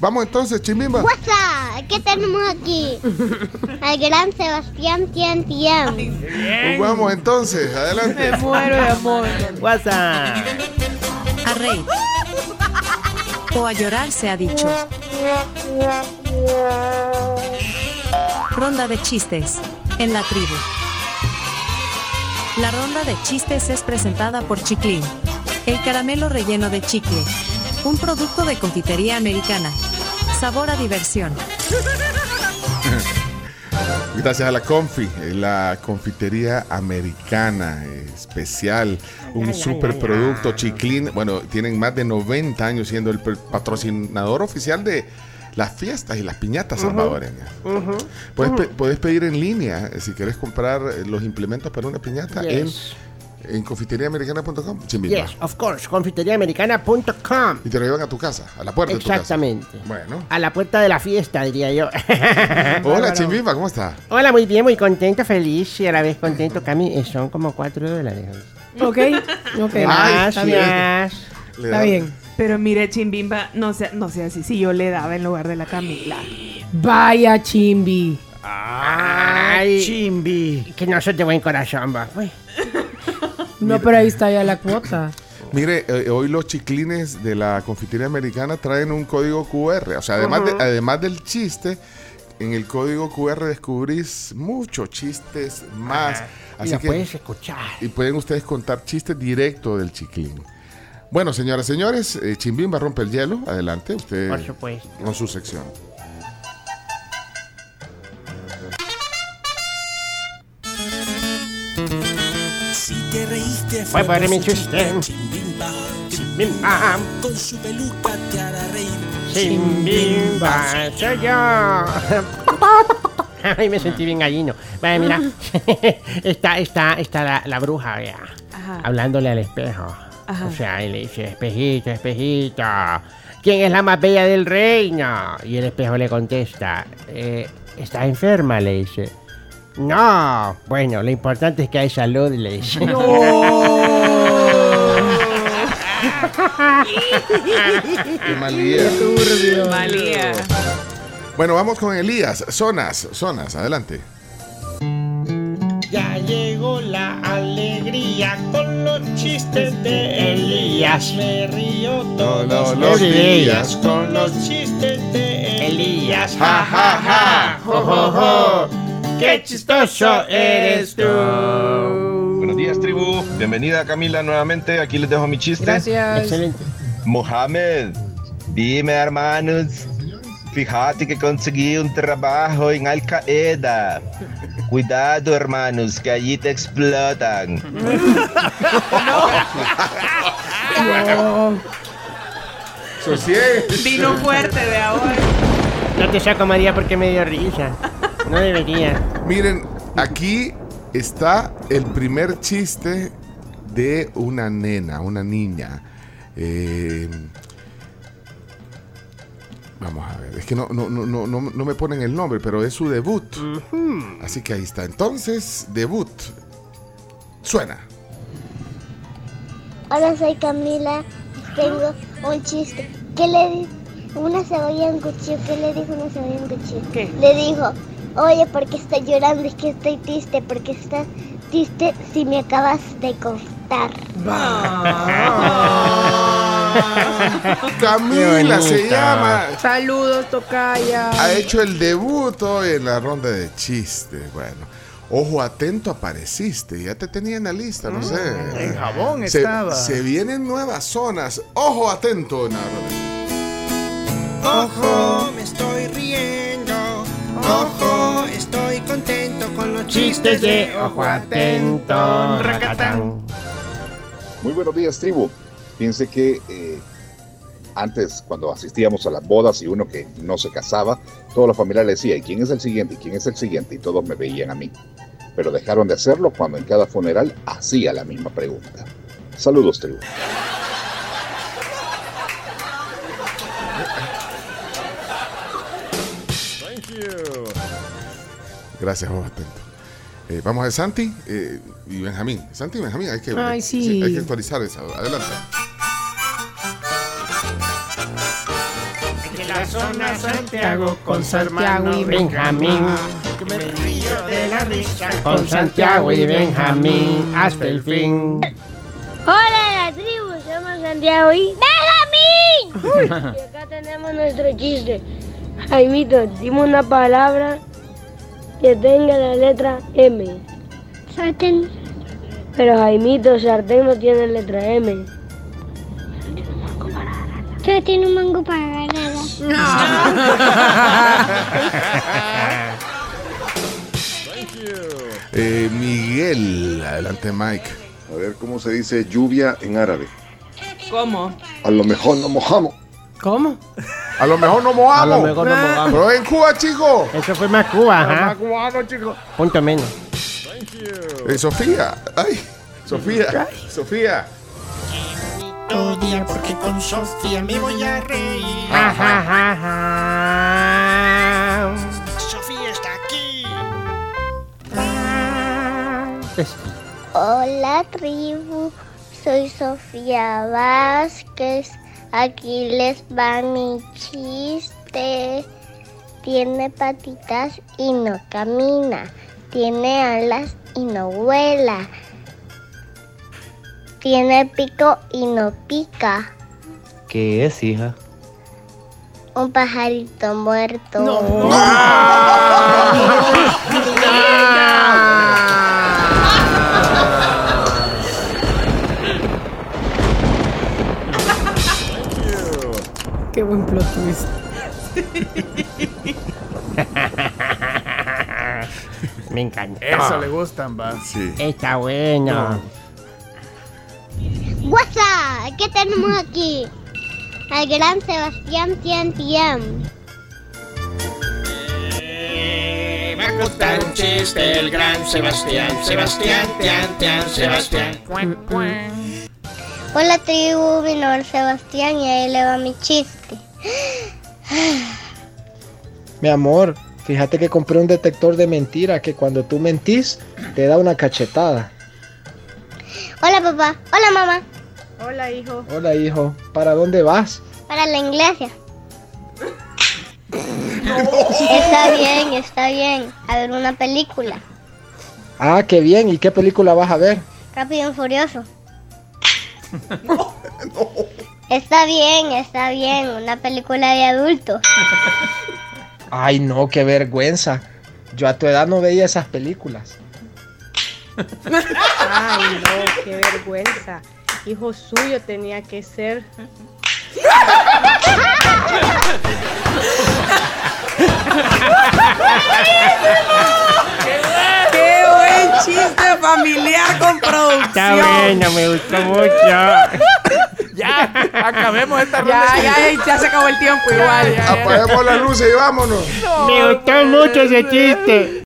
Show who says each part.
Speaker 1: Vamos entonces, Chimbimba.
Speaker 2: ¡What's up! ¿Qué tenemos aquí? Al gran Sebastián Tian Tian.
Speaker 1: Vamos entonces, adelante.
Speaker 3: Me muero de amor.
Speaker 4: WhatsApp.
Speaker 5: A reír. O a llorar se ha dicho. Ronda de chistes. En la tribu. La ronda de chistes es presentada por Chiclin. El caramelo relleno de chicle. Un producto de confitería americana. Sabor a diversión.
Speaker 1: Gracias a la Confi, eh, la confitería americana eh, especial, un super producto chiclín. Bueno, tienen más de 90 años siendo el per- patrocinador oficial de las fiestas y las piñatas salvadoreñas. puedes, pe- puedes pedir en línea eh, si quieres comprar eh, los implementos para una piñata
Speaker 4: Yes.
Speaker 1: en, en confiteriaamericana.com. Chimbimba.
Speaker 4: Yes, of course. Confiteriaamericana.com.
Speaker 1: Y te lo llevan a tu casa, a la puerta
Speaker 4: Exactamente.
Speaker 1: de tu casa. Bueno.
Speaker 4: A la puerta de la fiesta, diría yo.
Speaker 1: Hola, Chimbimba, ¿cómo está?
Speaker 4: Hola, muy bien, muy contento, feliz y a la vez contento, Cami. Eh, Son como cuatro dólares.
Speaker 6: Ok, ok.
Speaker 7: Ah.
Speaker 1: Ay,
Speaker 4: Gracias.
Speaker 1: sí. Le
Speaker 6: Está
Speaker 1: da-
Speaker 6: bien.
Speaker 3: Pero mire, Chimbimba, no sea, no sea así. Si yo le daba en lugar de la Camila.
Speaker 6: Vaya chimbi.
Speaker 4: Ay, chimbi. Que no sos de buen corazón, va. Uy.
Speaker 6: No, pero ahí está ya la cuota.
Speaker 1: Mire, eh, hoy los chiclines de la confitería americana traen un código QR. O sea, además, de- además del chiste, en el código QR descubrís muchos chistes más.
Speaker 4: Y
Speaker 1: Así
Speaker 4: la
Speaker 1: que,
Speaker 4: puedes escuchar.
Speaker 1: y pueden ustedes contar chistes directo del chiclín. Bueno, señoras y señores, eh, Chimbimba rompe el hielo. Adelante, usted
Speaker 4: Por supuesto.
Speaker 1: con su sección.
Speaker 8: Si te reíste
Speaker 4: Voy a
Speaker 8: fue
Speaker 4: poner mi
Speaker 8: por su
Speaker 4: chiste.
Speaker 8: chiste, chimbimba,
Speaker 4: Chimbimba,
Speaker 8: con su peluca te hará reír.
Speaker 4: chimbimba, soy yo. Ay, me sentí bien gallino. Vaya, mira, está, está, está la, la bruja, vea,
Speaker 3: Ajá.
Speaker 4: hablándole al espejo.
Speaker 3: Ajá.
Speaker 4: O sea, y le dice, espejito, espejito, ¿quién es la más bella del reino? Y el espejo le contesta, "Eh, ¿estás enferma? Le dice. No, bueno, lo importante es que hay salud, le dice. Ah.
Speaker 1: Qué mal día.
Speaker 3: Valía.
Speaker 1: Bueno, vamos con Elías. Zonas, zonas, adelante.
Speaker 4: Ya llegó la alegría con los chistes de Elías. Me río
Speaker 1: Todos
Speaker 4: todos
Speaker 1: los
Speaker 4: los
Speaker 1: días
Speaker 4: días con los chistes de Elías. Ja,
Speaker 1: ja,
Speaker 4: ja,
Speaker 1: ja.
Speaker 4: ja, jo, jo, jo. Qué chistoso eres tú.
Speaker 9: Buenos días, tribu. Bienvenida, Camila, nuevamente. Aquí les dejo mi chiste.
Speaker 6: Gracias.
Speaker 4: Excelente.
Speaker 9: Mohamed, dime, hermanos. Fíjate que conseguí un trabajo en Al Qaeda. Cuidado, hermanos, que allí te explotan.
Speaker 1: Sosiega.
Speaker 3: Vino fuerte de ahora.
Speaker 4: No te saco María porque me dio risa. No debería.
Speaker 1: Miren, aquí está el primer chiste de una nena, una niña. Eh, vamos a ver, es que no, no, no, no, no, no me ponen el nombre, pero es su debut. Así que ahí está. Entonces, debut. Suena.
Speaker 2: Hola, soy Camila. Tengo un chiste. ¿Qué le dijo una cebolla a un cuchillo? ¿Qué le dijo una cebolla a un cuchillo?
Speaker 3: ¿Qué?
Speaker 2: Le dijo, oye, ¿por qué estás llorando? Es que estoy triste. ¿Por qué estás triste si me acabas de contar?
Speaker 1: Camila
Speaker 4: Qué
Speaker 1: se
Speaker 4: bonita.
Speaker 1: llama.
Speaker 6: Saludos, Tocaya.
Speaker 1: Ha hecho el debut hoy en la ronda de chistes. Bueno, ojo atento, apareciste. Ya te tenía en la lista, no
Speaker 4: Mm,
Speaker 1: sé.
Speaker 7: En jabón
Speaker 1: Se,
Speaker 7: estaba.
Speaker 1: se vienen nuevas zonas. Ojo atento, Nardo.
Speaker 8: Ojo, me estoy riendo. Ojo, estoy contento con los
Speaker 4: Chistes de ojo atento. Racatán.
Speaker 10: Muy buenos días, tribu. Fíjense que eh, antes, cuando asistíamos a las bodas y uno que no se casaba, toda la familia le decía, ¿y quién es el siguiente? ¿Y quién es el siguiente? Y todos me veían a mí. Pero dejaron de hacerlo cuando en cada funeral hacía la misma pregunta. Saludos, tribu.
Speaker 1: Gracias, ojo atento. Eh, vamos a Santi eh, y Benjamín. Santi y Benjamín, hay que,
Speaker 6: Ay, sí.
Speaker 1: hay que actualizar eso. Adelante.
Speaker 4: Que la
Speaker 8: la zona
Speaker 6: Santiago con Santiago y
Speaker 4: Benjamín,
Speaker 8: que me río de la risa.
Speaker 4: con Santiago y Benjamín, hasta el fin.
Speaker 2: Hola, la tribu, somos Santiago y Benjamín. Y acá tenemos nuestro chiste. Jaimito, dime una palabra que tenga la letra M. Sartén. Pero Jaimito, sartén no tiene letra M. Yo tiene un mango para ganar.
Speaker 1: Eh, Miguel, adelante Mike.
Speaker 10: A ver cómo se dice lluvia en árabe.
Speaker 3: ¿Cómo?
Speaker 10: A lo mejor no mojamos.
Speaker 6: ¿Cómo?
Speaker 1: A lo mejor no
Speaker 4: A
Speaker 1: mojamos.
Speaker 4: lo mejor
Speaker 8: Ah.
Speaker 4: no mojamos.
Speaker 1: Pero en Cuba, chico.
Speaker 4: Eso fue más Cuba, ajá.
Speaker 1: chico.
Speaker 4: Punto menos.
Speaker 1: Eh, Sofía. Ay, Sofía. Sofía.
Speaker 8: día porque con Sofía me voy a reír.
Speaker 4: Ajá, ajá, ajá.
Speaker 8: Sofía está aquí.
Speaker 2: Hola tribu, soy Sofía Vázquez. Aquí les va mi chiste. Tiene patitas y no camina. Tiene alas y no vuela. Tiene pico y no pica.
Speaker 7: ¿Qué es, hija?
Speaker 2: Un pajarito muerto.
Speaker 6: Qué buen plot twist.
Speaker 4: Me encantó.
Speaker 7: gustan, va.
Speaker 1: Sí.
Speaker 4: Está bueno.
Speaker 2: WhatsApp, ¿qué tenemos aquí? Al gran Sebastián Tian Tian.
Speaker 8: Me va a contar un chiste el gran Sebastián. Sebastián, Tian, Tian, Sebastián.
Speaker 2: Hola tribu, mi nombre es Sebastián y ahí le va mi chiste.
Speaker 7: Mi amor, fíjate que compré un detector de mentira que cuando tú mentís te da una cachetada.
Speaker 2: Hola papá, hola mamá,
Speaker 3: Hola, hijo.
Speaker 7: Hola, hijo, ¿para dónde vas?
Speaker 2: para la iglesia. está bien, está bien. A ver una película.
Speaker 7: Ah, qué bien, ¿y qué película vas a ver?
Speaker 2: Rápido y furioso. Está bien, está bien. Una película de adulto.
Speaker 7: Ay, no, qué vergüenza. Yo a tu edad no veía esas películas.
Speaker 11: Ay, no, qué vergüenza. Hijo suyo tenía que ser.
Speaker 6: ¡Qué buen chiste familiar con producción!
Speaker 4: Está bueno, me gustó mucho.
Speaker 7: Ya, acabemos esta
Speaker 6: Ya, ya, ya se acabó el tiempo igual. ya, ya.
Speaker 1: Apagamos las luces y vámonos.
Speaker 4: Me gustó mucho ese chiste.